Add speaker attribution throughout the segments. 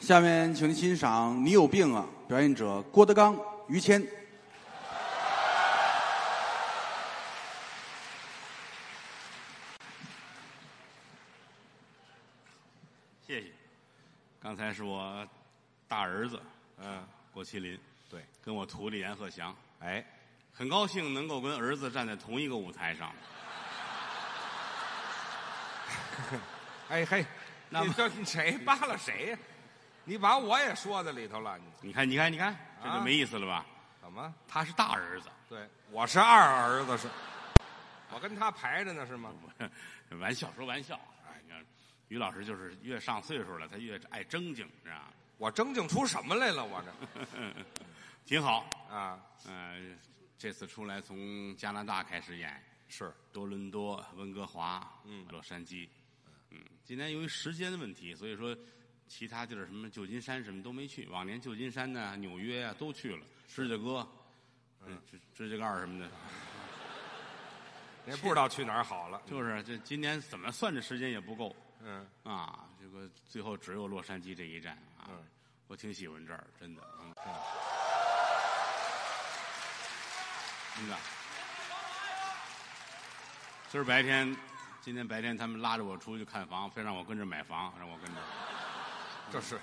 Speaker 1: 下面，请您欣赏《你有病啊》表演者郭德纲、于谦。
Speaker 2: 谢谢。刚才是我大儿子，嗯、郭麒麟，
Speaker 3: 对，
Speaker 2: 跟我徒弟阎鹤祥，
Speaker 3: 哎，
Speaker 2: 很高兴能够跟儿子站在同一个舞台上。
Speaker 3: 哎嘿，
Speaker 2: 那
Speaker 3: 你
Speaker 2: 么
Speaker 3: 这你谁扒拉谁呀？你把我也说在里头了，你
Speaker 2: 你看，你看，你看，这就
Speaker 3: 啊
Speaker 2: 没意思了吧？
Speaker 3: 怎么？
Speaker 2: 他是大儿子，
Speaker 3: 对，我是二儿子是，我跟他排着呢是吗？
Speaker 2: 我玩笑说玩笑。哎，你看，于老师就是越上岁数了，他越爱正经，是吧？
Speaker 3: 我正经出什么来了？我这
Speaker 2: 挺好。
Speaker 3: 啊，
Speaker 2: 嗯、这次出来从加拿大开始演，
Speaker 3: 是
Speaker 2: 多伦多、温哥华、
Speaker 3: 嗯
Speaker 2: 洛杉矶。嗯，今年由于时间的问题，所以说其他地儿什么旧金山什么都没去。往年旧金山呢、纽约啊都去了，芝加哥，嗯，芝芝加盖儿什么的，
Speaker 3: 也不知道去哪儿好了。
Speaker 2: 就是这今年怎么算这时间也不够
Speaker 3: 嗯，
Speaker 2: 啊。这个最后只有洛杉矶这一站啊，
Speaker 3: 嗯
Speaker 2: 我挺喜欢这儿，真的，嗯，真的。今儿白天，今天白天他们拉着我出去看房，非让我跟着买房，让我跟着。
Speaker 3: 这是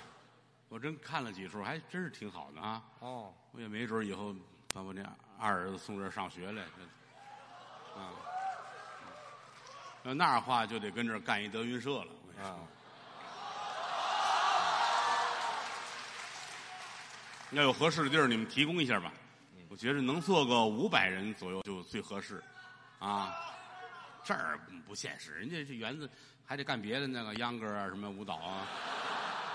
Speaker 2: 我真看了几处，还真是挺好的啊！
Speaker 3: 哦，
Speaker 2: 我也没准儿以后把我那二儿子送这儿上学来，这啊，要那样话就得跟这儿干一德云社了。我跟你说
Speaker 3: 啊，
Speaker 2: 要有合适的地儿，你们提供一下吧。我觉得能坐个五百人左右就最合适，啊，这儿不现实，人家这园子还得干别的那个秧歌啊，什么舞蹈啊，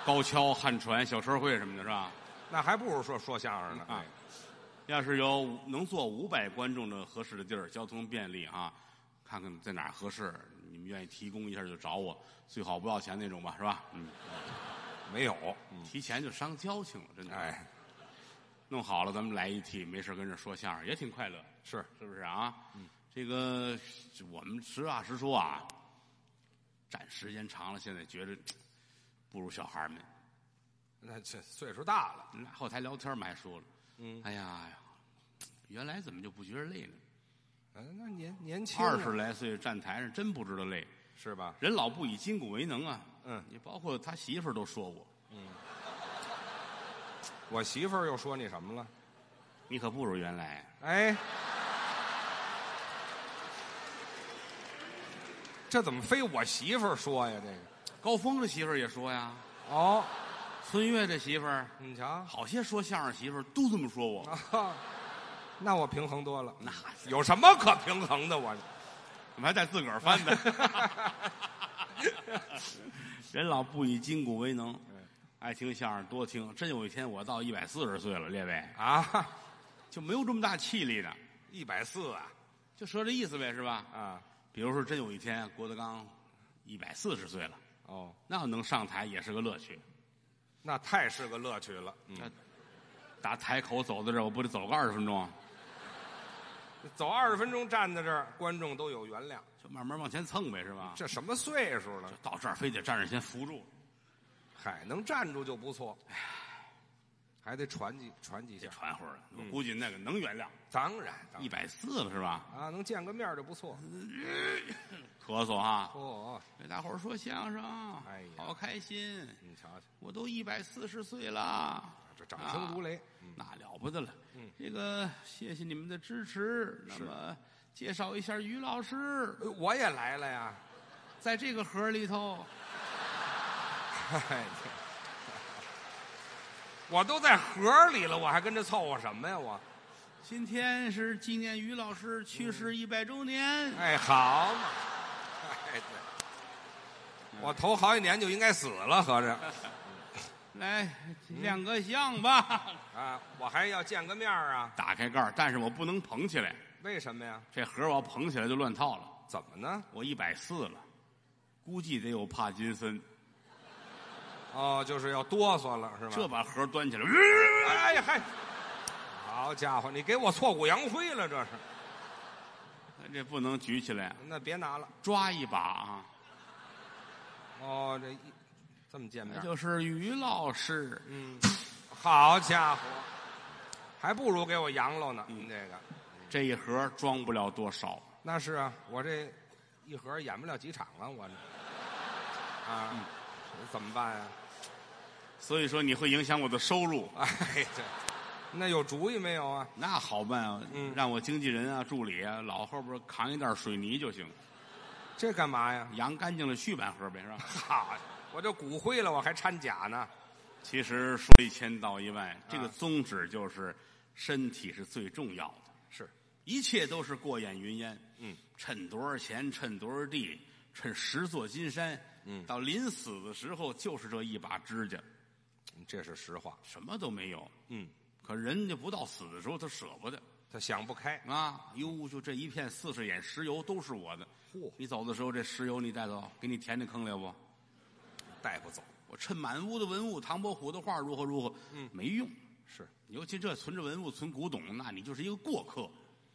Speaker 2: 高跷、旱船、小车会什么的，是吧？
Speaker 3: 那还不如说说相声呢。
Speaker 2: 啊
Speaker 3: 哎，
Speaker 2: 要是有五能坐五百观众的合适的地儿，交通便利啊，看看在哪儿合适，你们愿意提供一下就找我，最好不要钱那种吧，是吧？嗯，
Speaker 3: 没有，嗯
Speaker 2: 提前就伤交情了，真的。
Speaker 3: 哎，，
Speaker 2: 弄好了咱们来一替，没事跟这说相声也挺快乐，
Speaker 3: 是
Speaker 2: 是不是啊？这个我们实话实说啊，站时间长了，现在觉着不如小孩儿们。
Speaker 3: 那这岁数大了，
Speaker 2: 那后台聊天嘛还说了，
Speaker 3: 嗯
Speaker 2: 哎呀，原来怎么就不觉着累呢？
Speaker 3: 嗯，那年年轻啊
Speaker 2: 二十来岁站台上真不知道累，
Speaker 3: 是吧？
Speaker 2: 人老不以筋骨为能啊。
Speaker 3: 嗯
Speaker 2: 你包括他媳妇儿都说我，
Speaker 3: 我媳妇儿又说你什么了？
Speaker 2: 你可不如原来。啊
Speaker 3: 哎，这怎么非我媳妇儿说呀？这个
Speaker 2: 高峰的媳妇儿也说呀，
Speaker 3: 哦，
Speaker 2: 孙越这媳妇儿，
Speaker 3: 你瞧
Speaker 2: 好些说相声媳妇儿都这么说我。
Speaker 3: 啊，那我平衡多了。
Speaker 2: 那
Speaker 3: 有什么可平衡的？我
Speaker 2: 怎么还带自个儿翻的？人老不以筋骨为能，爱听相声多听。真有一天我到一百四十岁了，列位
Speaker 3: 啊，
Speaker 2: 就没有这么大气力的，
Speaker 3: 一百四啊
Speaker 2: 就说这意思呗，是吧？
Speaker 3: 啊
Speaker 2: 比如说，真有一天郭德纲一百四十岁了。
Speaker 3: 哦，
Speaker 2: 那能上台也是个乐趣。
Speaker 3: 那太是个乐趣了。嗯，
Speaker 2: 打台口走到这儿，我不得走个二十分钟啊，
Speaker 3: 走二十分钟站在这儿，观众都有原谅。
Speaker 2: 就慢慢往前蹭呗，是吧？
Speaker 3: 这什么岁数了？
Speaker 2: 到这儿非得站着先扶住，
Speaker 3: 嗨，能站住就不错。还得传几传几
Speaker 2: 得
Speaker 3: 下，
Speaker 2: 喘会儿了。我估计那个能原谅，
Speaker 3: 当然，当
Speaker 2: 一
Speaker 3: 然
Speaker 2: 百四了是吧？
Speaker 3: 啊，能见个面儿就不错。
Speaker 2: 咳嗽啊！
Speaker 3: 哦，
Speaker 2: 给大伙儿说相声，
Speaker 3: 哎呀
Speaker 2: 好开心！
Speaker 3: 你瞧瞧，
Speaker 2: 我都一百四十岁了，
Speaker 3: 啊这掌声如雷嗯
Speaker 2: 啊。那了不得了。这个谢谢你们的支持。那么介绍一下于老师，
Speaker 3: 呃我也来了呀！
Speaker 2: 在这个盒里头，
Speaker 3: 哎我都在盒里了，我还跟着凑合什么呀？我
Speaker 2: 今天是纪念于老师去世一百周年。
Speaker 3: 嗯哎，好嘛！ 哎，对，我头好几年就应该死了，合着
Speaker 2: 来
Speaker 3: 嗯
Speaker 2: 亮个相 吧。
Speaker 3: 啊，我还要见个面儿啊？
Speaker 2: 打开盖儿，但是我不能捧起来，
Speaker 3: 为什么呀？
Speaker 2: 这盒儿我要捧起来就乱套了。
Speaker 3: 怎么呢？
Speaker 2: 我一百四了，估计得有帕金森。
Speaker 3: 哦，就是要哆嗦了，是吧？
Speaker 2: 这把盒儿端起来，
Speaker 3: 哎呀嗨！好家伙，你给我挫骨扬灰了，这是？
Speaker 2: 呃这不能举起来，
Speaker 3: 那别拿了。
Speaker 2: 抓一把啊！
Speaker 3: 哦，这一这么见面
Speaker 2: 那，就是于老师，
Speaker 3: 嗯，好家伙，还不如给我洋喽呢。您这个，
Speaker 2: 这一盒装不了多少。
Speaker 3: 那是啊，我这一盒演不了几场啊，我这啊，怎么办啊呀、
Speaker 2: 所以说你会影响我的收入，
Speaker 3: 啊？ 哎，这那有主意没有啊？
Speaker 2: 那好办啊，
Speaker 3: 嗯
Speaker 2: 让我经纪人啊、助理啊老后边扛一袋水泥就行，
Speaker 3: 这干嘛呀？
Speaker 2: 扬干净了续半盒呗，是吧？
Speaker 3: 好，我这骨灰了，我还掺假呢。
Speaker 2: 其实说一千道一万，这
Speaker 3: 啊
Speaker 2: 个宗旨就是身体是最重要的，
Speaker 3: 是，
Speaker 2: 一切都是过眼云烟。
Speaker 3: 嗯，
Speaker 2: 趁多少钱，趁多少地，趁十座金山。嗯，到临死的时候就是这一把指甲，
Speaker 3: 这是实话。
Speaker 2: 什么都没有。
Speaker 3: 嗯，
Speaker 2: 可人家不到死的时候，他舍不得
Speaker 3: 他想不开。
Speaker 2: 啊！哟，就这一片四十眼石油都是我的。
Speaker 3: 嚯
Speaker 2: 你走的时候，这石油你带走，给你填那坑里不？
Speaker 3: 带不走。
Speaker 2: 我趁满屋的文物，唐伯虎的画如何如何？嗯，没用。
Speaker 3: 是，
Speaker 2: 尤其这存着文物、存古董，那你就是一个过客。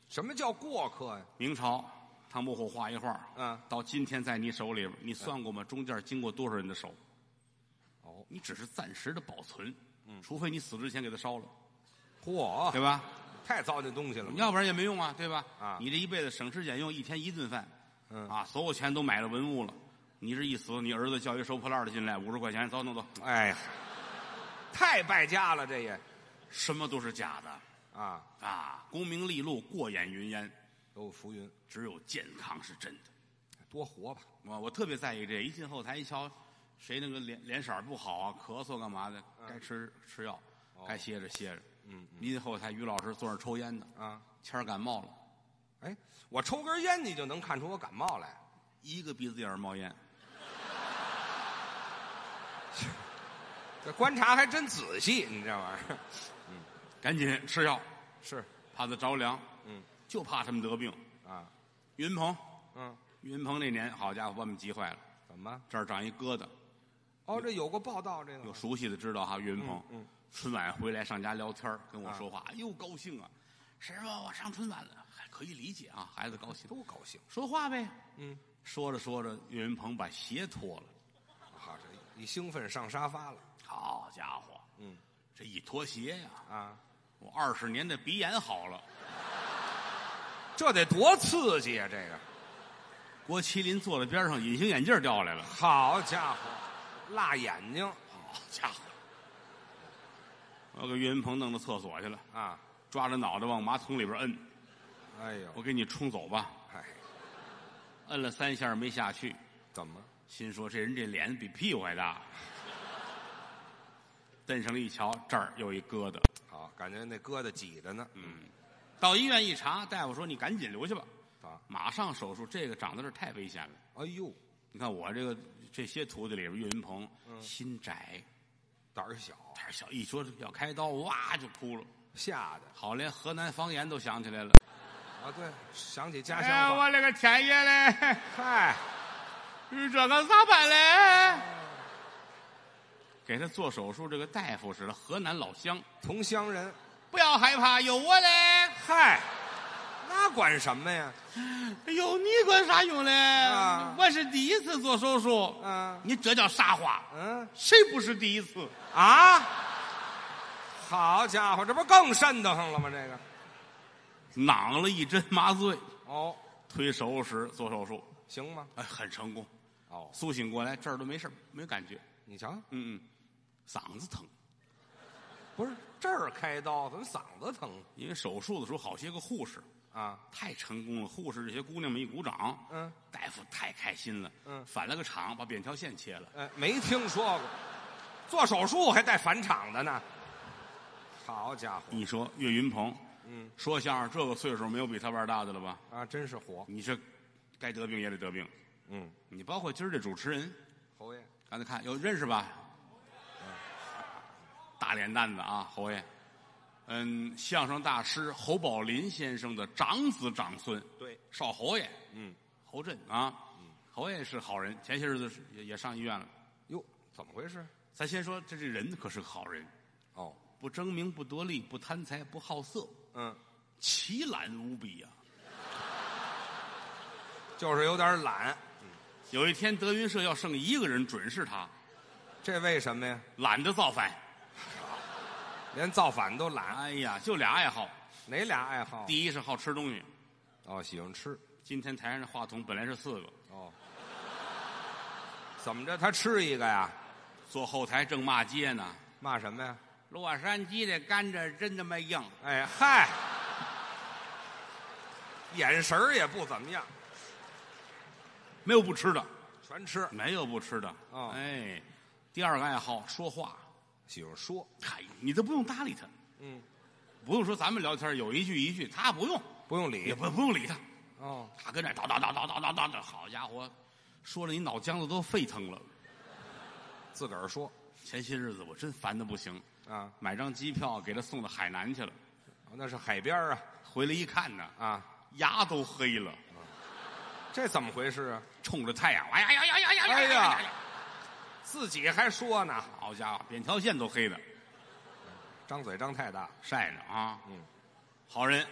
Speaker 3: 什么叫过客呀、
Speaker 2: 明朝唐伯虎画一画，
Speaker 3: 嗯
Speaker 2: 到今天在你手里边，你算过吗？中间经过多少人的手？
Speaker 3: 哦，
Speaker 2: 你只是暂时的保存，嗯，除非你死之前给它烧了，
Speaker 3: 嚯，
Speaker 2: 对吧？
Speaker 3: 太糟践东西了嘛。
Speaker 2: 要不然也没用啊，对吧？
Speaker 3: 啊
Speaker 2: 你这一辈子省吃俭用，一天一顿饭，
Speaker 3: 嗯
Speaker 2: 啊，所有钱都买了文物了。你这一死，你儿子叫一收破烂的进来，五十块钱，走弄走，
Speaker 3: 哎，太败家了，这也
Speaker 2: 什么都是假的
Speaker 3: 啊，
Speaker 2: 啊！功名利禄过眼云烟，
Speaker 3: 都浮云，
Speaker 2: 只有健康是真的。
Speaker 3: 多活吧。
Speaker 2: 我我特别在意这，一进后台一瞧，谁那个脸脸色儿不好啊，咳嗽干嘛的，该吃吃药，该歇着歇着。嗯，一进后台，于老师坐那儿抽烟呢，
Speaker 3: 啊，
Speaker 2: 谦儿感冒了，
Speaker 3: 哎，我抽根烟，你就能看出我感冒来。
Speaker 2: 一个鼻子眼儿冒烟，
Speaker 3: 这观察还真仔细，你这玩意儿
Speaker 2: 赶紧吃药，
Speaker 3: 是
Speaker 2: 怕他着凉。
Speaker 3: 嗯，
Speaker 2: 就怕他们得病。
Speaker 3: 啊，
Speaker 2: 岳云鹏，
Speaker 3: 嗯，
Speaker 2: 岳云鹏那年，好家伙，把我们急坏了，
Speaker 3: 怎么？
Speaker 2: 这儿长一疙瘩。
Speaker 3: 哦，这有过报道，这个
Speaker 2: 有熟悉的知道哈，岳云鹏，
Speaker 3: 嗯嗯啊
Speaker 2: 春晚回来上家聊天儿跟我说话，哎呦高兴啊，师傅我上春晚了，还可以理解啊，孩子高兴，
Speaker 3: 都高兴。
Speaker 2: 说话呗。
Speaker 3: 嗯，
Speaker 2: 说着说着，岳云鹏把鞋脱了。
Speaker 3: 好，啊这一兴奋上沙发了。
Speaker 2: 好家伙，
Speaker 3: 嗯
Speaker 2: 这一脱鞋呀、
Speaker 3: 啊，
Speaker 2: 我二十年的鼻炎好了。
Speaker 3: 这得多刺激啊！这个，
Speaker 2: 郭麒麟坐在边上，隐形眼镜掉下来了。
Speaker 3: 好家伙，辣眼睛
Speaker 2: 好家伙！我给岳云鹏弄到厕所去了，
Speaker 3: 啊！
Speaker 2: 抓着脑袋往马桶里边摁。
Speaker 3: 哎呦，
Speaker 2: 我给你冲走吧，
Speaker 3: 哎，
Speaker 2: 摁了三下没下去，
Speaker 3: 怎么？
Speaker 2: 心说这人这脸比屁股还大。 蹬上了一瞧，这儿有一疙瘩。
Speaker 3: 好，感觉那疙瘩挤着呢。嗯，
Speaker 2: 到医院一查，大夫说你赶紧留下吧，
Speaker 3: 啊，
Speaker 2: 马上手术。这个长在这儿太危险了。
Speaker 3: 哎呦，
Speaker 2: 你看我这个这些徒弟里边，岳云鹏、心窄，
Speaker 3: 胆儿小，
Speaker 2: 胆儿小，一说要开刀，哇就哭了。
Speaker 3: 吓的
Speaker 2: 好，连河南方言都想起来了。
Speaker 3: 啊！对，想起家
Speaker 2: 哎
Speaker 3: 乡
Speaker 2: 呀，
Speaker 3: 话，
Speaker 2: 我勒个天爷嘞！
Speaker 3: 嗨，
Speaker 2: 是这个咋办嘞？给他做手术，这个大夫是他河南老乡，
Speaker 3: 同乡人，
Speaker 2: 不要害怕，有我嘞。
Speaker 3: 嗨，那管什么呀？
Speaker 2: 有你管啥用嘞？
Speaker 3: 啊
Speaker 2: 我是第一次做手术，
Speaker 3: 嗯
Speaker 2: 你这叫啥话？
Speaker 3: 嗯
Speaker 2: 谁不是第一次？
Speaker 3: 啊，好家伙，这不更瘆得慌了吗？这个，
Speaker 2: 囊了一针麻醉，
Speaker 3: 哦，
Speaker 2: 推手术室做手术，
Speaker 3: 行吗？
Speaker 2: 哎，很成功。
Speaker 3: 哦，
Speaker 2: 苏醒过来，这儿都没事儿没感觉。
Speaker 3: 你瞧，
Speaker 2: 嗯嗯，嗓子疼，
Speaker 3: 不是这儿开刀，怎么嗓子疼
Speaker 2: 因为手术的时候好些个护士，
Speaker 3: 啊？
Speaker 2: 太成功了。护士这些姑娘们一鼓掌，
Speaker 3: 嗯，
Speaker 2: 大夫太开心了，
Speaker 3: 嗯
Speaker 2: 返了个场，把扁条线切了。
Speaker 3: 呃，没听说过，做手术还带返场的呢。好家伙，
Speaker 2: 你说岳云鹏，
Speaker 3: 嗯
Speaker 2: 说相声这个岁数没有比他腕儿大的了吧？
Speaker 3: 啊，真是火，
Speaker 2: 你这该得病也得得病。
Speaker 3: 嗯，
Speaker 2: 你包括今儿这主持人，
Speaker 3: 侯爷，
Speaker 2: 刚才看有认识吧？大脸蛋子啊，侯爷，嗯，相声大师侯宝林先生的长子长孙，
Speaker 3: 对，
Speaker 2: 少侯爷
Speaker 3: 嗯，
Speaker 2: 侯震啊，侯爷是好人，前些日子是也也上医院了。
Speaker 3: 哟，怎么回事？
Speaker 2: 咱先说，这这人可是个好人，
Speaker 3: 哦，
Speaker 2: 不争名，不夺利，不贪财，不好色，
Speaker 3: 嗯，
Speaker 2: 奇懒无比啊呀、
Speaker 3: 就是有点懒，
Speaker 2: 有一天德云社要剩一个人，准是他。
Speaker 3: 这为什么呀？
Speaker 2: 懒得造反。
Speaker 3: 连造反都懒，
Speaker 2: 哎呀，就俩爱好，
Speaker 3: 哪俩爱好？
Speaker 2: 第一是好吃东西。
Speaker 3: 哦，喜欢吃。
Speaker 2: 今天台上的话筒本来是四个，
Speaker 3: 哦，怎么着？他吃一个呀？
Speaker 2: 坐后台正骂街呢。
Speaker 3: 骂什么呀？
Speaker 2: 洛杉矶的甘蔗真他妈硬，
Speaker 3: 哎嗨，眼神儿也不怎么样，
Speaker 2: 没有不吃的，
Speaker 3: 全吃。
Speaker 2: 没有不吃的。
Speaker 3: 哦
Speaker 2: 哎，第二个爱好说话，
Speaker 3: 喜欢说，
Speaker 2: 嗨，你都不用搭理他，
Speaker 3: 嗯，
Speaker 2: 不用说咱们聊天有一句一句，他不用，
Speaker 3: 不用
Speaker 2: 也
Speaker 3: 理。
Speaker 2: 不不用理他，
Speaker 3: 哦，
Speaker 2: 他跟那叨叨叨叨叨叨叨叨，好家伙，说的你脑浆子都沸腾了。
Speaker 3: 自个儿说
Speaker 2: 前些日子我真烦的不行，
Speaker 3: 啊，
Speaker 2: 买张机票给他送到海南去了，
Speaker 3: 那是海边儿啊
Speaker 2: 回来一看呢，
Speaker 3: 啊，
Speaker 2: 牙都黑了，
Speaker 3: 这怎么回事啊？
Speaker 2: 冲着太阳，哎呀呀呀呀呀呀
Speaker 3: 哎
Speaker 2: 呀呀
Speaker 3: 呀
Speaker 2: 呀！
Speaker 3: 自己还说呢，
Speaker 2: 好家伙，扁条线都黑的，
Speaker 3: 张嘴张太大。
Speaker 2: 晒着啊。
Speaker 3: 嗯，
Speaker 2: 好人，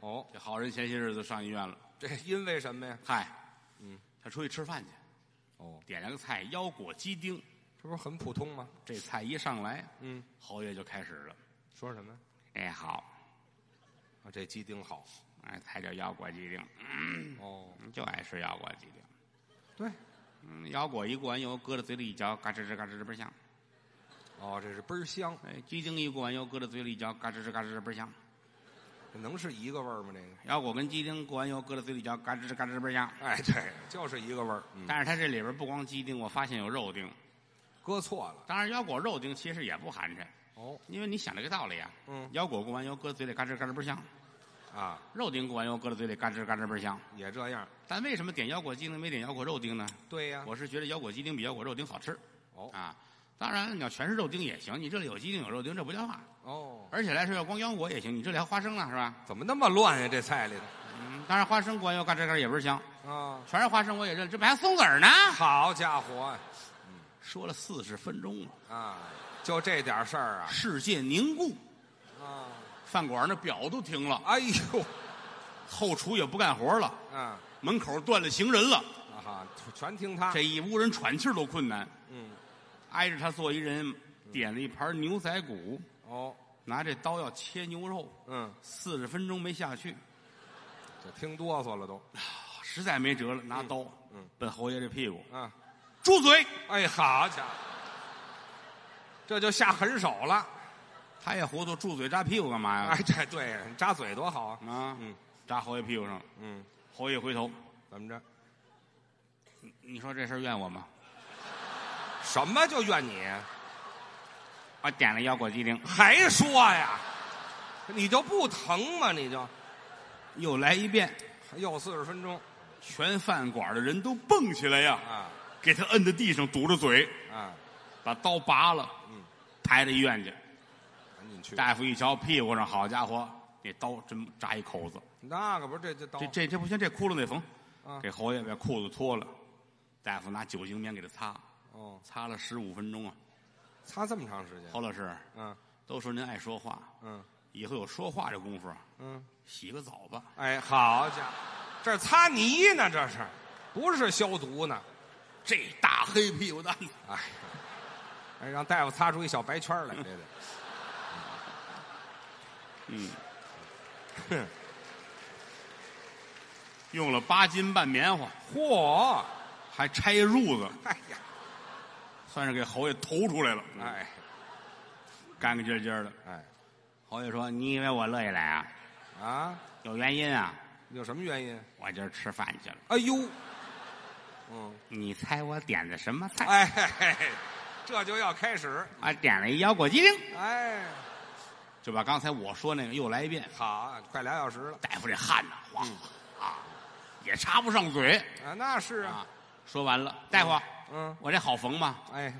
Speaker 3: 哦，
Speaker 2: 这好人前些日子上医院了。
Speaker 3: 这因为什么呀？
Speaker 2: 嗨，
Speaker 3: 嗯，
Speaker 2: 他出去吃饭去，
Speaker 3: 哦，
Speaker 2: 点了个菜腰果鸡丁。
Speaker 3: 这不是很普通吗？
Speaker 2: 这菜一上来，
Speaker 3: 嗯，
Speaker 2: 侯爷就开始了。
Speaker 3: 说什么呀？
Speaker 2: 哎，好，
Speaker 3: 啊，这鸡丁好。
Speaker 2: 哎，菜叫腰果鸡丁，
Speaker 3: 哦，
Speaker 2: 嗯就爱吃腰果鸡丁。
Speaker 3: 对，
Speaker 2: 嗯，腰果一过完油，搁到嘴里一嚼，嘎吱吱嘎吱吱倍儿香。
Speaker 3: 哦，这是倍儿香，
Speaker 2: 哎，鸡丁一过完油，搁到嘴里一嚼，嘎吱吱嘎吱吱倍儿香。
Speaker 3: 这能是一个味儿吗？这个？
Speaker 2: 腰果跟鸡丁过完油，搁到嘴里嚼，嘎吱吱嘎吱吱倍儿香。
Speaker 3: 哎，对，就是一个味儿。嗯，
Speaker 2: 但是它这里边不光鸡丁，我发现有肉丁。
Speaker 3: 搁错了。
Speaker 2: 当然，腰果肉丁其实也不寒碜，
Speaker 3: 哦，
Speaker 2: 因为你想这个道理啊。
Speaker 3: 嗯
Speaker 2: 腰果过完油，搁嘴里嘎吱嘎吱倍儿香；
Speaker 3: 啊，
Speaker 2: 肉丁过完油，搁到嘴里嘎吱嘎吱倍儿香。
Speaker 3: 也这样。
Speaker 2: 但为什么点腰果鸡丁没点腰果肉丁呢？
Speaker 3: 对呀、
Speaker 2: 我是觉得腰果鸡丁比腰果肉丁好吃
Speaker 3: 啊哦
Speaker 2: 啊。当然，你要全是肉丁也行，你这里有鸡丁有肉丁，这不叫话。
Speaker 3: 哦，
Speaker 2: 而且来说，要光腰果也行，你这里还花生呢，是吧？
Speaker 3: 怎么那么乱呀、这菜里头
Speaker 2: 嗯，当然花生过完油嘎吱嘎吱也倍儿香，
Speaker 3: 啊，
Speaker 2: 全是花生我也认，这不还松子儿呢？
Speaker 3: 好家伙
Speaker 2: 说了四十分钟了，
Speaker 3: 啊，就这点事儿啊
Speaker 2: 世界凝固，
Speaker 3: 啊，
Speaker 2: 饭馆那表都停了，
Speaker 3: 哎呦，
Speaker 2: 后厨也不干活了。
Speaker 3: 啊
Speaker 2: 门口断了行人了，
Speaker 3: 啊哈，全听他。
Speaker 2: 这一屋人喘气儿都困难。
Speaker 3: 嗯，
Speaker 2: 挨着他坐一人，点了一盘牛仔骨，
Speaker 3: 哦，
Speaker 2: 拿这刀要切牛肉，
Speaker 3: 嗯，
Speaker 2: 四十分钟没下去，
Speaker 3: 这听哆嗦了都。
Speaker 2: 实在没辙了，拿刀，
Speaker 3: 嗯，
Speaker 2: 奔侯爷这屁股，
Speaker 3: 啊，
Speaker 2: 住嘴！
Speaker 3: 哎，好家伙，这就下狠手了。
Speaker 2: 他也糊涂，住嘴扎屁股干嘛
Speaker 3: 哎
Speaker 2: 呀？，
Speaker 3: 这对呀，你扎嘴多好啊。
Speaker 2: 啊，
Speaker 3: 嗯
Speaker 2: 扎侯爷屁股上了。
Speaker 3: 嗯，
Speaker 2: 侯爷回头，
Speaker 3: 怎么着？
Speaker 2: 你说这事儿怨我吗？
Speaker 3: 什么就怨你？啊
Speaker 2: 我点了腰果鸡丁，
Speaker 3: 还说呀？你就不疼吗？你就
Speaker 2: 又来一遍，
Speaker 3: 又四十分钟
Speaker 2: 全饭馆的人都蹦起来呀，
Speaker 3: 啊
Speaker 2: 给他摁在地上，堵着嘴，
Speaker 3: 啊！
Speaker 2: 把刀拔了，
Speaker 3: 嗯，
Speaker 2: 抬到医院去。
Speaker 3: 赶紧去。
Speaker 2: 大夫一瞧，屁股上，好家伙，那刀真扎一口子，
Speaker 3: 那可不是这这刀
Speaker 2: 这这这不行，这窟窿得缝。
Speaker 3: 啊
Speaker 2: 这侯爷把裤子脱了，大夫拿酒精棉给他擦，
Speaker 3: 哦，
Speaker 2: 擦了十五分钟啊。
Speaker 3: 擦这么长时间。
Speaker 2: 侯老师，
Speaker 3: 嗯
Speaker 2: 都说您爱说话，
Speaker 3: 嗯
Speaker 2: 以后有说话这功夫啊，
Speaker 3: 嗯，
Speaker 2: 洗个澡吧。
Speaker 3: 哎，好家伙，这是擦泥呢，这是不是消毒呢？
Speaker 2: 这大黑屁股蛋子，
Speaker 3: 哎，哎，让大夫擦出一小白圈来，这得。
Speaker 2: 嗯，用了八斤半棉花，
Speaker 3: 嚯！
Speaker 2: 还拆褥子，
Speaker 3: 哎呀，
Speaker 2: 算是给侯爷投出来了。，
Speaker 3: 哎
Speaker 2: 干干净净的。
Speaker 3: 哎
Speaker 2: 侯爷说：“你以为我乐意来啊？
Speaker 3: 啊，
Speaker 2: 有原因啊。”
Speaker 3: 有什么原因？
Speaker 2: 我今儿吃饭去了，
Speaker 3: 哎呦，嗯，
Speaker 2: 你猜我点的什么菜？
Speaker 3: 哎，嘿嘿这就要开始。
Speaker 2: 我点了一腰果鸡丁，
Speaker 3: 哎，
Speaker 2: 就把刚才我说那个又来一遍。
Speaker 3: 好啊，快俩小时了
Speaker 2: 大夫这汗呐，哗
Speaker 3: 嗯
Speaker 2: 啊，也插不上嘴
Speaker 3: 啊，那是啊
Speaker 2: 啊。。说完了，大夫，
Speaker 3: 嗯，
Speaker 2: 我这好缝吗？
Speaker 3: 哎，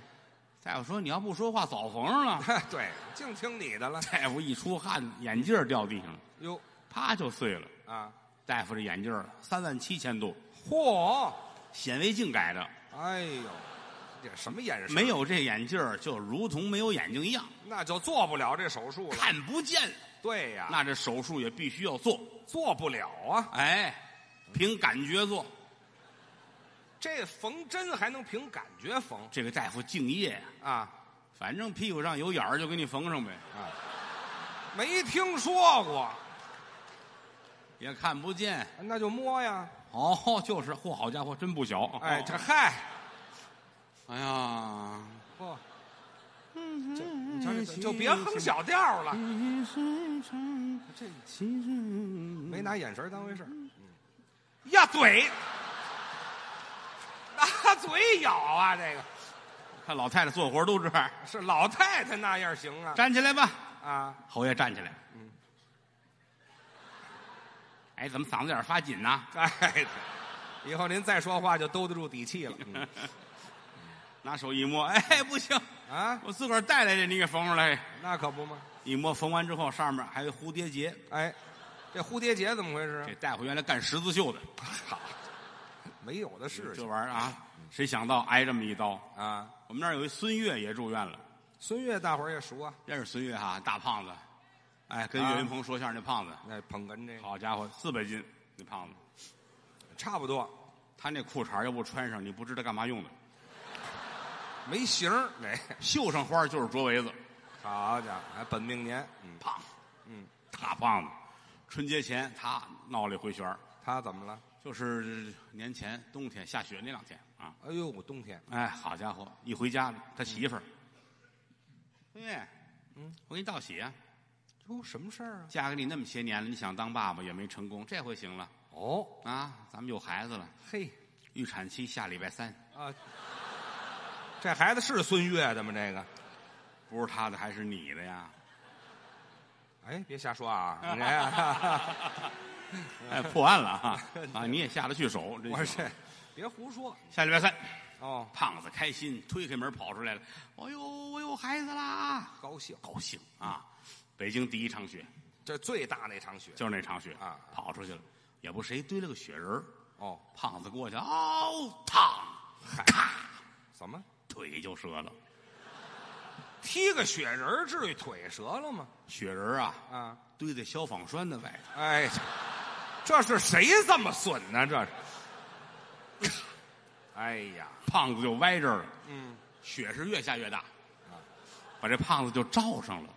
Speaker 2: 大夫说你要不说话早缝上了。
Speaker 3: 对，净听你的了。
Speaker 2: 大夫一出汗，眼镜儿掉地上了，
Speaker 3: 哟
Speaker 2: 啪就碎了。
Speaker 3: 啊，
Speaker 2: 大夫这眼镜三万七千度，
Speaker 3: 嚯，
Speaker 2: 显微镜改的，
Speaker 3: 哎呦，这什么眼神？
Speaker 2: 没，有这眼镜儿就如同没有眼睛一样，
Speaker 3: 那就做不啊了这手术了。
Speaker 2: 看不见了。
Speaker 3: 对呀，
Speaker 2: 那这手术也必须要做。
Speaker 3: 做不了啊。
Speaker 2: 哎，凭感觉做，
Speaker 3: 这缝针还能凭感觉缝
Speaker 2: 这个大夫敬业呀，
Speaker 3: 啊
Speaker 2: 反正屁股上有眼儿就给你缝上呗，
Speaker 3: 啊，没听说过，
Speaker 2: 也看不见。
Speaker 3: 那就摸呀。
Speaker 2: 哦，就是，嚯，好家伙，真不小。哦
Speaker 3: 哎，这嗨，
Speaker 2: 哎呀，
Speaker 3: 不，
Speaker 2: 嗯
Speaker 3: 瞧这就别哼小调了，这
Speaker 2: 嗯
Speaker 3: 没拿眼神当回事儿。嗯呀，嘴， 拿嘴咬啊，这个
Speaker 2: 看老太太做活都这样，
Speaker 3: 是老太太那样行啊
Speaker 2: 站起来吧。
Speaker 3: 啊，
Speaker 2: 侯爷站起来，嗯，哎，怎么嗓子眼儿发紧呢？
Speaker 3: 哎，以后您再说话就兜得住底气了。嗯
Speaker 2: 拿手一摸，哎，不行，
Speaker 3: 啊，
Speaker 2: 我自个儿带来的，你给缝上来。
Speaker 3: 那可不嘛。
Speaker 2: 一摸缝完之后，上面还有蝴蝶结。
Speaker 3: 哎，这蝴蝶结怎么回事啊
Speaker 2: 这？大夫原来干十字绣的，
Speaker 3: 好，没有的事
Speaker 2: 这
Speaker 3: 情
Speaker 2: 玩意儿啊，谁想到挨这么一刀？
Speaker 3: 啊。
Speaker 2: 我们那儿有一孙越也住院了，
Speaker 3: 孙越大伙儿也熟啊，
Speaker 2: 认识孙越哈，大胖子，哎，跟
Speaker 3: 啊
Speaker 2: 岳云鹏说相声那胖子，
Speaker 3: 那捧哏这个
Speaker 2: 好家伙，四百斤那胖子，
Speaker 3: 差不多，
Speaker 2: 他那裤衩要不穿上，你不知道干嘛用的，
Speaker 3: 没型儿。哎，
Speaker 2: 绣上花就是捉围子，
Speaker 3: 好家伙，哎本命年，嗯，
Speaker 2: 胖子，嗯，大胖子，春节前他闹了一回旋儿
Speaker 3: 他怎么了？
Speaker 2: 就是年前冬天下雪那两天啊，
Speaker 3: 哎呦，我冬天
Speaker 2: 哎，好家伙，一回家他媳妇儿，孙越，嗯，我给你道喜啊，
Speaker 3: 哟，什么事儿啊？
Speaker 2: 嫁给你那么些年了，你想当爸爸也没成功，这回行了
Speaker 3: 哦，
Speaker 2: 啊，咱们有孩子了，
Speaker 3: 嘿
Speaker 2: 预产期下礼拜三，
Speaker 3: 啊，这孩子是孙越的吗？这个，
Speaker 2: 不是他的还是你的呀？
Speaker 3: 哎，别瞎说啊！你看
Speaker 2: 哎，破案了 啊！啊，你也下得去手，真
Speaker 3: 我
Speaker 2: 行
Speaker 3: 这 别胡说
Speaker 2: 下礼拜三，
Speaker 3: 哦，
Speaker 2: 胖子开心推开门跑出来了，哎呦，我有孩子啦！
Speaker 3: 高兴，
Speaker 2: 高兴啊！北京第一场雪
Speaker 3: 这最大那场雪
Speaker 2: 就是那场雪
Speaker 3: 啊
Speaker 2: 跑出去了，也不谁堆了个雪人儿
Speaker 3: 哦，
Speaker 2: 胖子过去，嗷，烫，咔，
Speaker 3: 怎么
Speaker 2: 腿就折了。
Speaker 3: 踢个雪人儿至于腿折了吗？
Speaker 2: 雪人儿啊，
Speaker 3: 啊，
Speaker 2: 堆在消防栓的外头，
Speaker 3: 哎，这是谁这么损呢、这是， 哎呀，
Speaker 2: 胖子就歪这儿了。
Speaker 3: 嗯，
Speaker 2: 雪是越下越大，把这胖子就罩上了。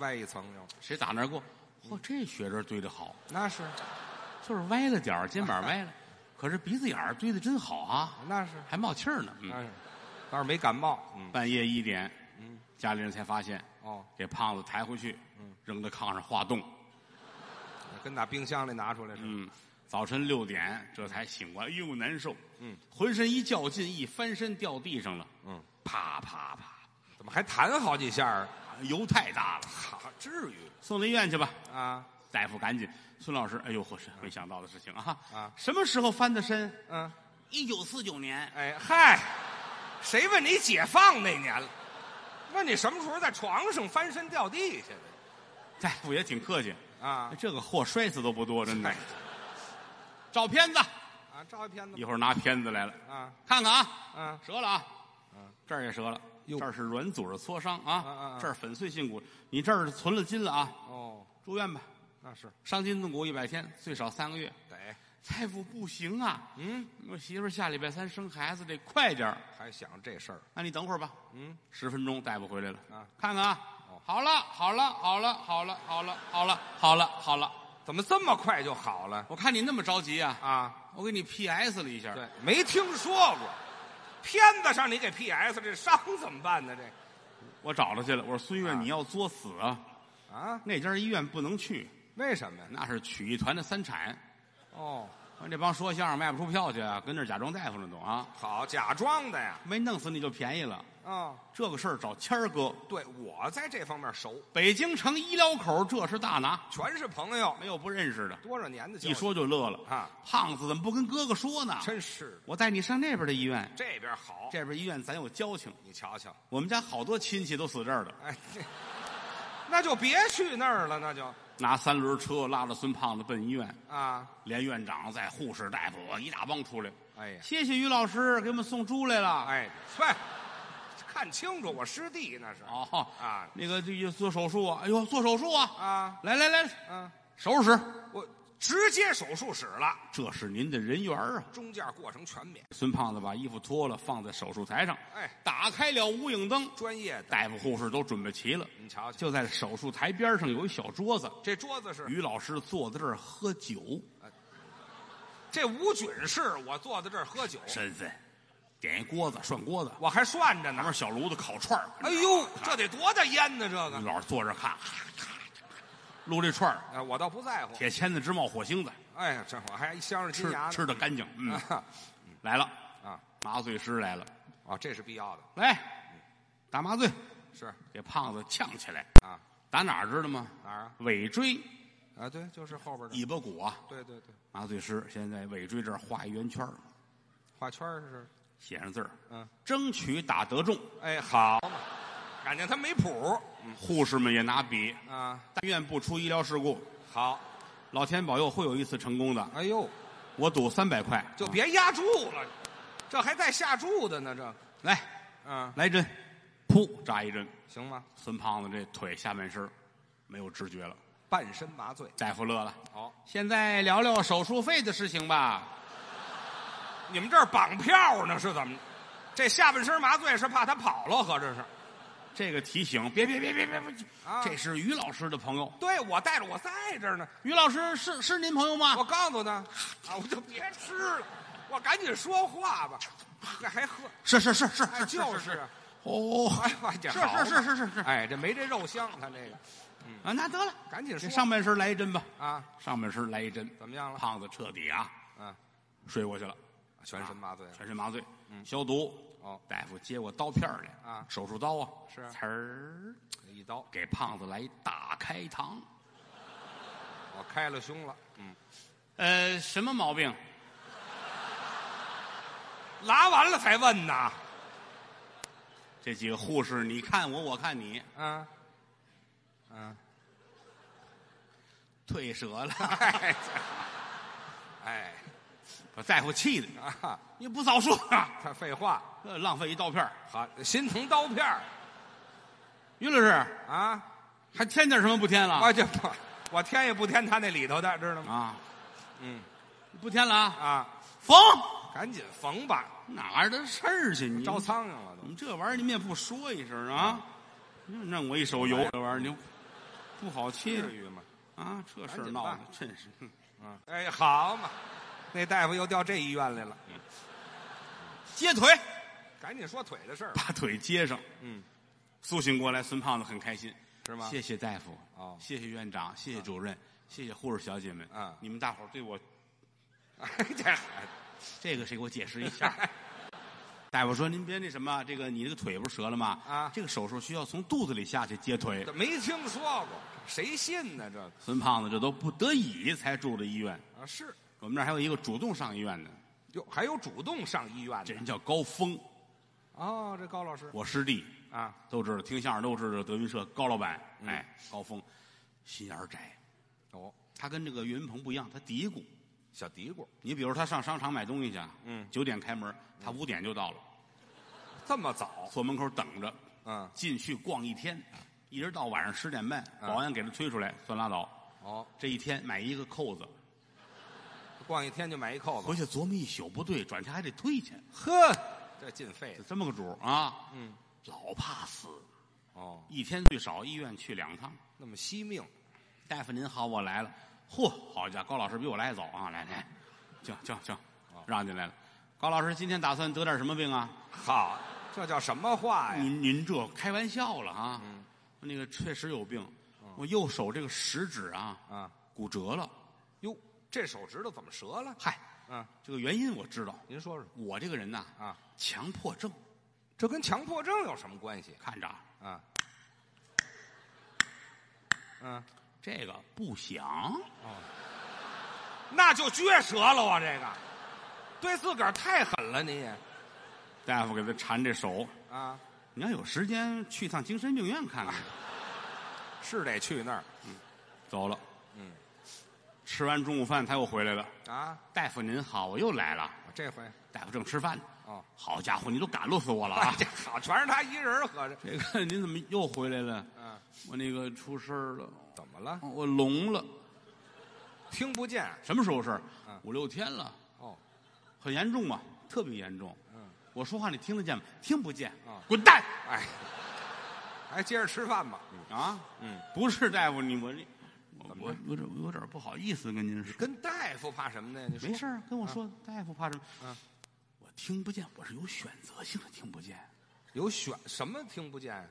Speaker 3: 外一层又
Speaker 2: 谁打那儿过？
Speaker 3: 嗯
Speaker 2: 嚯，这雪人堆的好，
Speaker 3: 那是
Speaker 2: 就是歪了点儿，肩膀 歪了，可是鼻子眼儿堆的真好啊，
Speaker 3: 那是
Speaker 2: 还冒气儿呢。
Speaker 3: 那
Speaker 2: 嗯，
Speaker 3: 是，倒是没感冒，嗯
Speaker 2: 半夜一点，家里人才发现，
Speaker 3: 哦，
Speaker 2: 给胖子抬回去，
Speaker 3: 嗯
Speaker 2: 扔到炕上化冻。
Speaker 3: 跟打冰箱里拿出来似的，
Speaker 2: 嗯，早晨六点这才醒过来，哎呦难受，
Speaker 3: 嗯，
Speaker 2: 浑身一较劲，一翻身掉地上了，
Speaker 3: 嗯，
Speaker 2: 啪啪啪，
Speaker 3: 怎么还弹好几下儿？
Speaker 2: 油太大了，
Speaker 3: 好，至于
Speaker 2: 送到医院去吧。
Speaker 3: 啊？
Speaker 2: 大夫赶紧，孙老师，哎呦，我是没想到的事情啊！
Speaker 3: 啊
Speaker 2: 什么时候翻的身？
Speaker 3: 嗯，
Speaker 2: 一九四九年，
Speaker 3: 哎嗨，谁问你解放那年了？问你什么时候在床上翻身掉地下
Speaker 2: 大夫也挺客气，
Speaker 3: 的啊？
Speaker 2: 这个货摔死都不多，真的
Speaker 3: 哎。
Speaker 2: 照片子，
Speaker 3: 啊，照一片子
Speaker 2: 一会儿拿片子来了，
Speaker 3: 啊
Speaker 2: 看看啊，
Speaker 3: 啊，
Speaker 2: 折了啊，这儿也折了，
Speaker 3: 哟
Speaker 2: 这儿是软组织挫伤
Speaker 3: 啊啊
Speaker 2: 啊
Speaker 3: 啊，
Speaker 2: 这儿粉碎性骨，你这儿存了筋了啊，
Speaker 3: 哦，
Speaker 2: 住院吧，
Speaker 3: 那是
Speaker 2: 伤筋动骨一百天，最少三个月。
Speaker 3: 得
Speaker 2: 大夫不行啊，
Speaker 3: 嗯。
Speaker 2: 我媳妇儿下礼拜三生孩子，得快点儿。
Speaker 3: 还想这事儿，
Speaker 2: 那你等会儿吧，
Speaker 3: 嗯，
Speaker 2: 十分钟大夫回来了，
Speaker 3: 啊
Speaker 2: 看看啊
Speaker 3: 哦，
Speaker 2: 好了，好了，好了，好了，好了，好了，好了，好了。
Speaker 3: 怎么这么快就好了
Speaker 2: 我看你那么着急啊，
Speaker 3: 啊？
Speaker 2: 我给你 PS 了一下。
Speaker 3: 对，没听说过，片子上你给 PS 这伤怎么办呢？这
Speaker 2: 我找他去了，我说孙越，
Speaker 3: 啊
Speaker 2: 你要作死啊？
Speaker 3: 啊？
Speaker 2: 那家医院不能去，
Speaker 3: 为什么呀？
Speaker 2: 那是曲艺团的三产。
Speaker 3: 哦，
Speaker 2: 我说这帮说相声卖不出票去啊，跟那儿假装大夫呢都啊，
Speaker 3: 好，假装的呀。
Speaker 2: 没弄死你就便宜了。
Speaker 3: 哦，
Speaker 2: 这个事儿找谦儿哥，
Speaker 3: 对我在这方面熟，
Speaker 2: 北京城医疗口这是大拿，
Speaker 3: 全是朋友，
Speaker 2: 没有不认识的。
Speaker 3: 多少年的交
Speaker 2: 一
Speaker 3: 情
Speaker 2: 说就乐了
Speaker 3: 啊！
Speaker 2: 胖子怎么不跟哥哥说呢？
Speaker 3: 真是的，
Speaker 2: 我带你上那边的医院，
Speaker 3: 这边好，
Speaker 2: 这边医院咱有交情。
Speaker 3: 你瞧瞧，
Speaker 2: 我们家好多亲戚都死这儿了，
Speaker 3: 哎，这那就别去那儿了，那就
Speaker 2: 拿三轮车拉着孙胖子奔医院，
Speaker 3: 啊，
Speaker 2: 连院长在护士大夫一大帮出来。
Speaker 3: 哎呀，
Speaker 2: 谢谢于老师给我们送猪来了。
Speaker 3: 哎，喂，看清楚，我师弟那是
Speaker 2: 哦
Speaker 3: 啊
Speaker 2: 那个这个做手术啊，哎呦做手术啊！
Speaker 3: 啊
Speaker 2: 来来来，
Speaker 3: 啊，
Speaker 2: 收拾
Speaker 3: 我直接手术室了，
Speaker 2: 这是您的人缘儿啊！
Speaker 3: 中间过程全免。
Speaker 2: 孙胖子把衣服脱了，放在手术台上，
Speaker 3: 哎
Speaker 2: 打开了无影灯，
Speaker 3: 专业的，
Speaker 2: 大夫护士都准备齐了。
Speaker 3: 你瞧瞧，
Speaker 2: 就在手术台边上有一小桌子，
Speaker 3: 这桌子是
Speaker 2: 于老师坐在这儿喝酒，
Speaker 3: 这无菌室，我坐在这儿喝酒，
Speaker 2: 身份，点一锅子涮锅子，
Speaker 3: 我还涮着
Speaker 2: 拿
Speaker 3: 呢。
Speaker 2: 边小炉子烤串儿。
Speaker 3: 哎呦，这得多大烟呢？这
Speaker 2: 于
Speaker 3: 个，
Speaker 2: 老师坐这儿看，咔咔咔撸这串儿，
Speaker 3: 哎，我倒不在乎。
Speaker 2: 铁签子直冒火星子，
Speaker 3: 哎，这我还一镶着金
Speaker 2: 吃
Speaker 3: 牙呢。
Speaker 2: 吃的干净。嗯，
Speaker 3: 啊
Speaker 2: 来了，
Speaker 3: 啊
Speaker 2: 麻醉师来了，
Speaker 3: 啊，这是必要的，
Speaker 2: 来打麻醉，
Speaker 3: 是
Speaker 2: 给胖子呛起来，
Speaker 3: 啊，
Speaker 2: 打哪儿知道吗？
Speaker 3: 哪儿啊？
Speaker 2: 尾椎、
Speaker 3: 啊，对，就是后边的。
Speaker 2: 尾巴骨啊。
Speaker 3: 对对对，
Speaker 2: 麻醉师现在尾椎这儿画一圆圈儿
Speaker 3: 画圈儿是，
Speaker 2: 写上字儿，
Speaker 3: 嗯，
Speaker 2: 争取打得中。
Speaker 3: 哎，好嘛，感觉他没谱
Speaker 2: 护士们也拿笔，
Speaker 3: 啊。
Speaker 2: 但愿不出医疗事故，
Speaker 3: 好，
Speaker 2: 老天保佑会有一次成功的。
Speaker 3: 哎呦，
Speaker 2: 我赌三百块，
Speaker 3: 就
Speaker 2: 啊
Speaker 3: 别压住了，这还带下注的呢，这，
Speaker 2: 来
Speaker 3: 嗯，
Speaker 2: 来一针，噗扎一针。
Speaker 3: 行吗？
Speaker 2: 孙胖子这腿下半身儿没有知觉了，
Speaker 3: 半身麻醉，
Speaker 2: 大夫乐了。
Speaker 3: 好，
Speaker 2: 现在聊聊手术费的事情吧。
Speaker 3: 你们这儿绑票呢是怎么？这下半身麻醉是怕他跑了，合着是？
Speaker 2: 这个提醒，别别别别别，别
Speaker 3: 啊
Speaker 2: 这是于老师的朋友。
Speaker 3: 对，我带着我在这儿呢，
Speaker 2: 于老师是是您朋友
Speaker 3: 我
Speaker 2: 吗？
Speaker 3: 告诉他，啊，我就别吃了，我赶紧说话吧，这还喝，
Speaker 2: 是是是是
Speaker 3: 哎，就是是，
Speaker 2: 哦，
Speaker 3: 哎呀，这好嘛
Speaker 2: 是是是是是
Speaker 3: 哎，这没这肉香，他这个
Speaker 2: 啊，那得了，
Speaker 3: 赶紧
Speaker 2: 这
Speaker 3: 说
Speaker 2: 上半身来一针吧，
Speaker 3: 啊，
Speaker 2: 上半身来一针，
Speaker 3: 怎么样了？
Speaker 2: 胖子彻底啊
Speaker 3: 嗯，
Speaker 2: 睡过去了，
Speaker 3: 全身麻醉了，
Speaker 2: 全身麻醉，消毒。
Speaker 3: 哦
Speaker 2: 大夫接过刀片儿来
Speaker 3: 啊
Speaker 2: 手术刀啊，
Speaker 3: 是
Speaker 2: 呲儿，
Speaker 3: 一刀，
Speaker 2: 给胖子来一大开膛。
Speaker 3: 我开了胸了，嗯，
Speaker 2: 呃，什么毛病？
Speaker 3: 拉完了才问呐，
Speaker 2: 这几个护士，你看我，我看你，
Speaker 3: 嗯，嗯，
Speaker 2: 退折 了。
Speaker 3: 哎，哎，
Speaker 2: 把大夫气的，
Speaker 3: 啊，
Speaker 2: 你不早说啊，
Speaker 3: 他废话，
Speaker 2: 呃浪费一刀片儿
Speaker 3: 好，心疼刀片儿
Speaker 2: 于老师
Speaker 3: 啊，
Speaker 2: 还添点什么不添了
Speaker 3: 我就不，我添也不添他那里头的，知道吗？
Speaker 2: 啊？
Speaker 3: 嗯，
Speaker 2: 不添了啊？
Speaker 3: 啊，
Speaker 2: 缝
Speaker 3: 赶紧缝吧，
Speaker 2: 哪儿的事儿去？你
Speaker 3: 招苍蝇了都
Speaker 2: 你这玩意儿你们也不说一声啊？
Speaker 3: 嗯
Speaker 2: 你弄我一手油，这玩意儿你不好气
Speaker 3: 至于吗？
Speaker 2: 啊！这事
Speaker 3: 赶
Speaker 2: 儿
Speaker 3: 紧
Speaker 2: 闹的
Speaker 3: 办
Speaker 2: 真是，哼
Speaker 3: 嗯，哎，好嘛，那大夫又调这医院来了，
Speaker 2: 接腿
Speaker 3: 赶紧说腿的事儿吧，
Speaker 2: 把腿接上，
Speaker 3: 嗯，
Speaker 2: 苏醒过来，孙胖子很开心，
Speaker 3: 是吗？
Speaker 2: 谢谢大夫，
Speaker 3: 哦
Speaker 2: 谢谢院长，谢谢主任，谢谢护士小姐们，
Speaker 3: 嗯
Speaker 2: 你们大伙儿对我
Speaker 3: 哎，这孩子
Speaker 2: 这个谁给我解释一下？ 大夫说：“您别那什么，这个你这个腿不是折了吗？
Speaker 3: 啊
Speaker 2: 这个手术需要从肚子里下去接腿。
Speaker 3: 这没听说过，谁信呢？这个”
Speaker 2: 孙胖子这都不得已才住的医院。
Speaker 3: 啊是，
Speaker 2: 我们这儿还有一个主动上医院的，
Speaker 3: 哟，还有主动上医院
Speaker 2: 这
Speaker 3: 的
Speaker 2: 人叫高峰，
Speaker 3: 哦，这高老师
Speaker 2: 我师弟，
Speaker 3: 啊，
Speaker 2: 都知道，听相声都知道德云社高老板，
Speaker 3: 嗯
Speaker 2: 哎，高峰，心眼儿窄，
Speaker 3: 哦，
Speaker 2: 他跟这个岳云鹏不一样，他嘀咕。
Speaker 3: 小嘀咕，
Speaker 2: 你比如他上商场买东西去，啊
Speaker 3: 嗯
Speaker 2: 九点开门，他五点就到了，
Speaker 3: 这么早，
Speaker 2: 坐门口等着，
Speaker 3: 嗯，
Speaker 2: 进去逛一天，一直到晚上十点半，
Speaker 3: 嗯
Speaker 2: 保安给他推出来，算拉倒。
Speaker 3: 哦，
Speaker 2: 这一天买一个扣子，
Speaker 3: 逛一天就买一扣子
Speaker 2: 回，去琢磨一宿不对，转天还得退去，
Speaker 3: 呵，这进费
Speaker 2: 就
Speaker 3: 的，
Speaker 2: 这么个主儿啊。
Speaker 3: 嗯，
Speaker 2: 老怕死，
Speaker 3: 哦，
Speaker 2: 一天最少医院去两趟。
Speaker 3: 那么惜命，
Speaker 2: 大夫您好，我来了。嚯，好家伙，高老师比我来得早啊！来来，请请请，让进来了。高老师今天打算得点什么病啊？
Speaker 3: 好，这叫什么话呀？
Speaker 2: 您您这开玩笑了啊？
Speaker 3: 嗯
Speaker 2: 那个确实有病，我右手这个食指啊
Speaker 3: 啊，
Speaker 2: 骨折了。
Speaker 3: 哟，这手指头怎么折了？
Speaker 2: 嗨，
Speaker 3: 嗯，
Speaker 2: 这个原因我知道，
Speaker 3: 您说说
Speaker 2: 我这个人呐，
Speaker 3: 啊，
Speaker 2: 强迫症，
Speaker 3: 这跟强迫症有什么关系
Speaker 2: 看着啊
Speaker 3: 啊？嗯，
Speaker 2: 这个不想，
Speaker 3: 那就撅折了啊！这个，对自个儿太狠了，你也
Speaker 2: 大夫给他缠这手，
Speaker 3: 啊，
Speaker 2: 你要有时间去趟精神病院看看。
Speaker 3: 是得去那儿
Speaker 2: 走了，
Speaker 3: 嗯，
Speaker 2: 吃完中午饭他又回来了，
Speaker 3: 啊。
Speaker 2: 大夫您好，我又来了。
Speaker 3: 这回
Speaker 2: 大夫正吃饭呢，
Speaker 3: 哦，
Speaker 2: 好家伙，你都赶路死我了
Speaker 3: 哎
Speaker 2: 啊！
Speaker 3: 这好，全是他一人儿合着。
Speaker 2: 这个您怎么又回来了？
Speaker 3: 嗯，
Speaker 2: 我那个出事儿了，
Speaker 3: 怎么了？
Speaker 2: 我聋了，
Speaker 3: 听不见。
Speaker 2: 什么时候事儿
Speaker 3: 嗯？
Speaker 2: 五六天了，
Speaker 3: 哦，
Speaker 2: 很严重吧？特别严重。
Speaker 3: 嗯，
Speaker 2: 我说话你听得见吗？听不见
Speaker 3: 啊。
Speaker 2: 滚蛋！
Speaker 3: 哎，还接着吃饭吧。
Speaker 2: 啊，
Speaker 3: 嗯，
Speaker 2: 不是大夫，你我这我
Speaker 3: 怎么
Speaker 2: 我有点有点不好意思跟您说。
Speaker 3: 跟大夫怕什么的呀？你说
Speaker 2: 没事儿，啊跟我说，大夫怕什么？
Speaker 3: 嗯，
Speaker 2: 我听不见，我是有选择性的听不见，
Speaker 3: 有选什么听不见啊呀？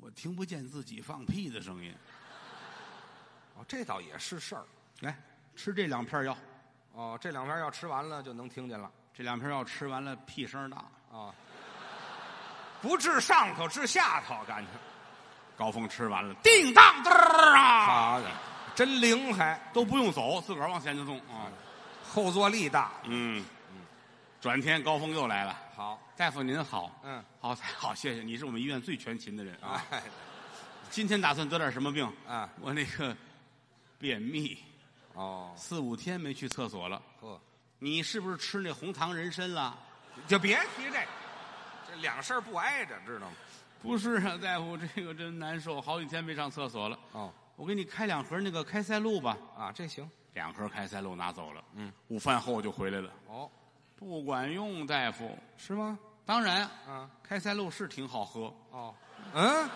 Speaker 2: 我听不见自己放屁的声音。
Speaker 3: 哦，这倒也是事儿。
Speaker 2: 来，吃这两片药，
Speaker 3: 哦，这两边要吃完了就能听见了。
Speaker 2: 这两片药吃完了，屁声儿大，
Speaker 3: 啊，不治上头，治下头，感觉。
Speaker 2: 高峰吃完了，叮当噔儿啊，
Speaker 3: 好家伙，真灵还，
Speaker 2: 都不用走，自个儿往前就送啊。
Speaker 3: 后坐力大。
Speaker 2: 嗯，转天高峰又来了，
Speaker 3: 好，
Speaker 2: 大夫您好，
Speaker 3: 嗯，
Speaker 2: 好，好，谢谢，你是我们医院最全勤的人啊。
Speaker 3: 哎，
Speaker 2: 今天打算得点什么病？
Speaker 3: 啊，
Speaker 2: 我那个便秘，
Speaker 3: 哦，
Speaker 2: 四五天没去厕所了。
Speaker 3: 呵，
Speaker 2: 你是不是吃那红糖人参了？
Speaker 3: 就别提这，这两事儿不挨着，知道吗？
Speaker 2: 不是啊，大夫，这个真难受，好几天没上厕所了。
Speaker 3: 哦，
Speaker 2: 我给你开两盒那个开塞露吧。
Speaker 3: 啊，这行。
Speaker 2: 两盒开塞露拿走了，嗯，午饭后就回来了，
Speaker 3: 哦，
Speaker 2: 不管用，大夫。
Speaker 3: 是吗？
Speaker 2: 当然，
Speaker 3: 啊，
Speaker 2: 开塞露是挺好喝，
Speaker 3: 哦，嗯，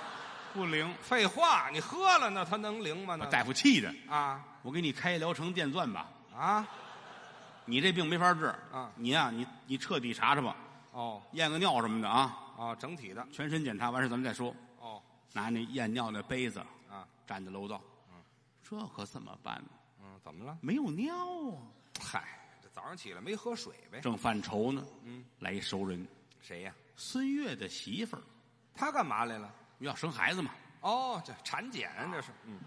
Speaker 2: 不灵，
Speaker 3: 废话，你喝了那它能灵吗？那
Speaker 2: 把大夫气的。
Speaker 3: 啊
Speaker 2: 我给你开疗程电钻吧，
Speaker 3: 啊，
Speaker 2: 你这病没法治
Speaker 3: 啊
Speaker 2: 你呀、你你彻底查查吧，
Speaker 3: 哦
Speaker 2: 验个尿什么的啊，
Speaker 3: 哦，整体的，
Speaker 2: 全身检查完事咱们再说。
Speaker 3: 哦
Speaker 2: 拿那验尿那杯子
Speaker 3: 啊，
Speaker 2: 站在楼道，这可怎么办呢？
Speaker 3: 嗯，怎么了？
Speaker 2: 没有尿啊，
Speaker 3: 嗨，这早上起来没喝水呗？
Speaker 2: 正犯愁呢。嗯，来一熟人，
Speaker 3: 谁呀？
Speaker 2: 孙越的媳妇儿
Speaker 3: 他干嘛来了？
Speaker 2: 要生孩子嘛。
Speaker 3: 哦，这产检这是，嗯，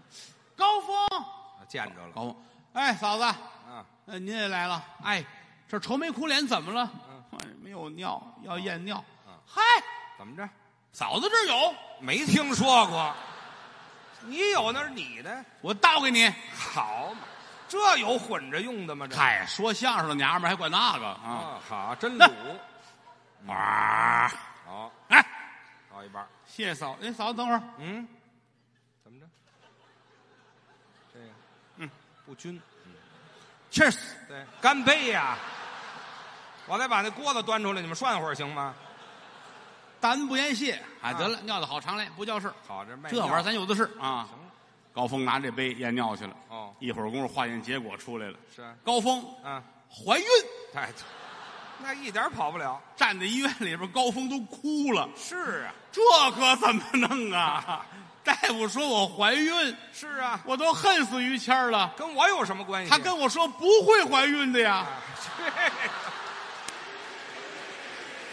Speaker 2: 高峰，
Speaker 3: 啊见着了
Speaker 2: 高峰，哎，嫂子，
Speaker 3: 啊，
Speaker 2: 呃，您也来了，哎，这愁眉苦脸怎么了？哎没有尿，要验尿。嗨，
Speaker 3: 怎么着？
Speaker 2: 嫂子这儿有，
Speaker 3: 没听说过，你有那是你的，
Speaker 2: 我倒给你。
Speaker 3: 好嘛，这有混着用的吗？这
Speaker 2: 嗨，说相声的娘们儿还管那个啊？
Speaker 3: 啊，好，真卤，
Speaker 2: 啊，
Speaker 3: 好，
Speaker 2: 哎，
Speaker 3: 倒一半儿，
Speaker 2: 谢谢嫂，哎，嫂子等会儿，
Speaker 3: 嗯，怎么着？这个，
Speaker 2: 嗯，
Speaker 3: 不均，
Speaker 2: c h e e r s
Speaker 3: 对，干杯呀！我再把那锅子端出来，你们涮会儿行吗？
Speaker 2: 大恩不言谢。哎，
Speaker 3: 啊
Speaker 2: 得了，尿的好常来，不叫事儿。
Speaker 3: 好，这卖
Speaker 2: 这玩意儿咱有的是啊
Speaker 3: 行。了
Speaker 2: 高峰拿这杯验尿去了。
Speaker 3: 哦
Speaker 2: 一会儿功夫化验结果出来了，
Speaker 3: 是啊
Speaker 2: 高峰
Speaker 3: 啊，
Speaker 2: 怀孕，
Speaker 3: 哎，那一点儿跑不了，
Speaker 2: 站在医院里边，高峰都哭了。
Speaker 3: 是啊，
Speaker 2: 这可怎么弄啊？大夫说我怀孕，
Speaker 3: 是啊，
Speaker 2: 我都恨死于谦儿了。
Speaker 3: 跟我有什么关系？啊
Speaker 2: 他跟我说不会怀孕的呀，
Speaker 3: 啊，这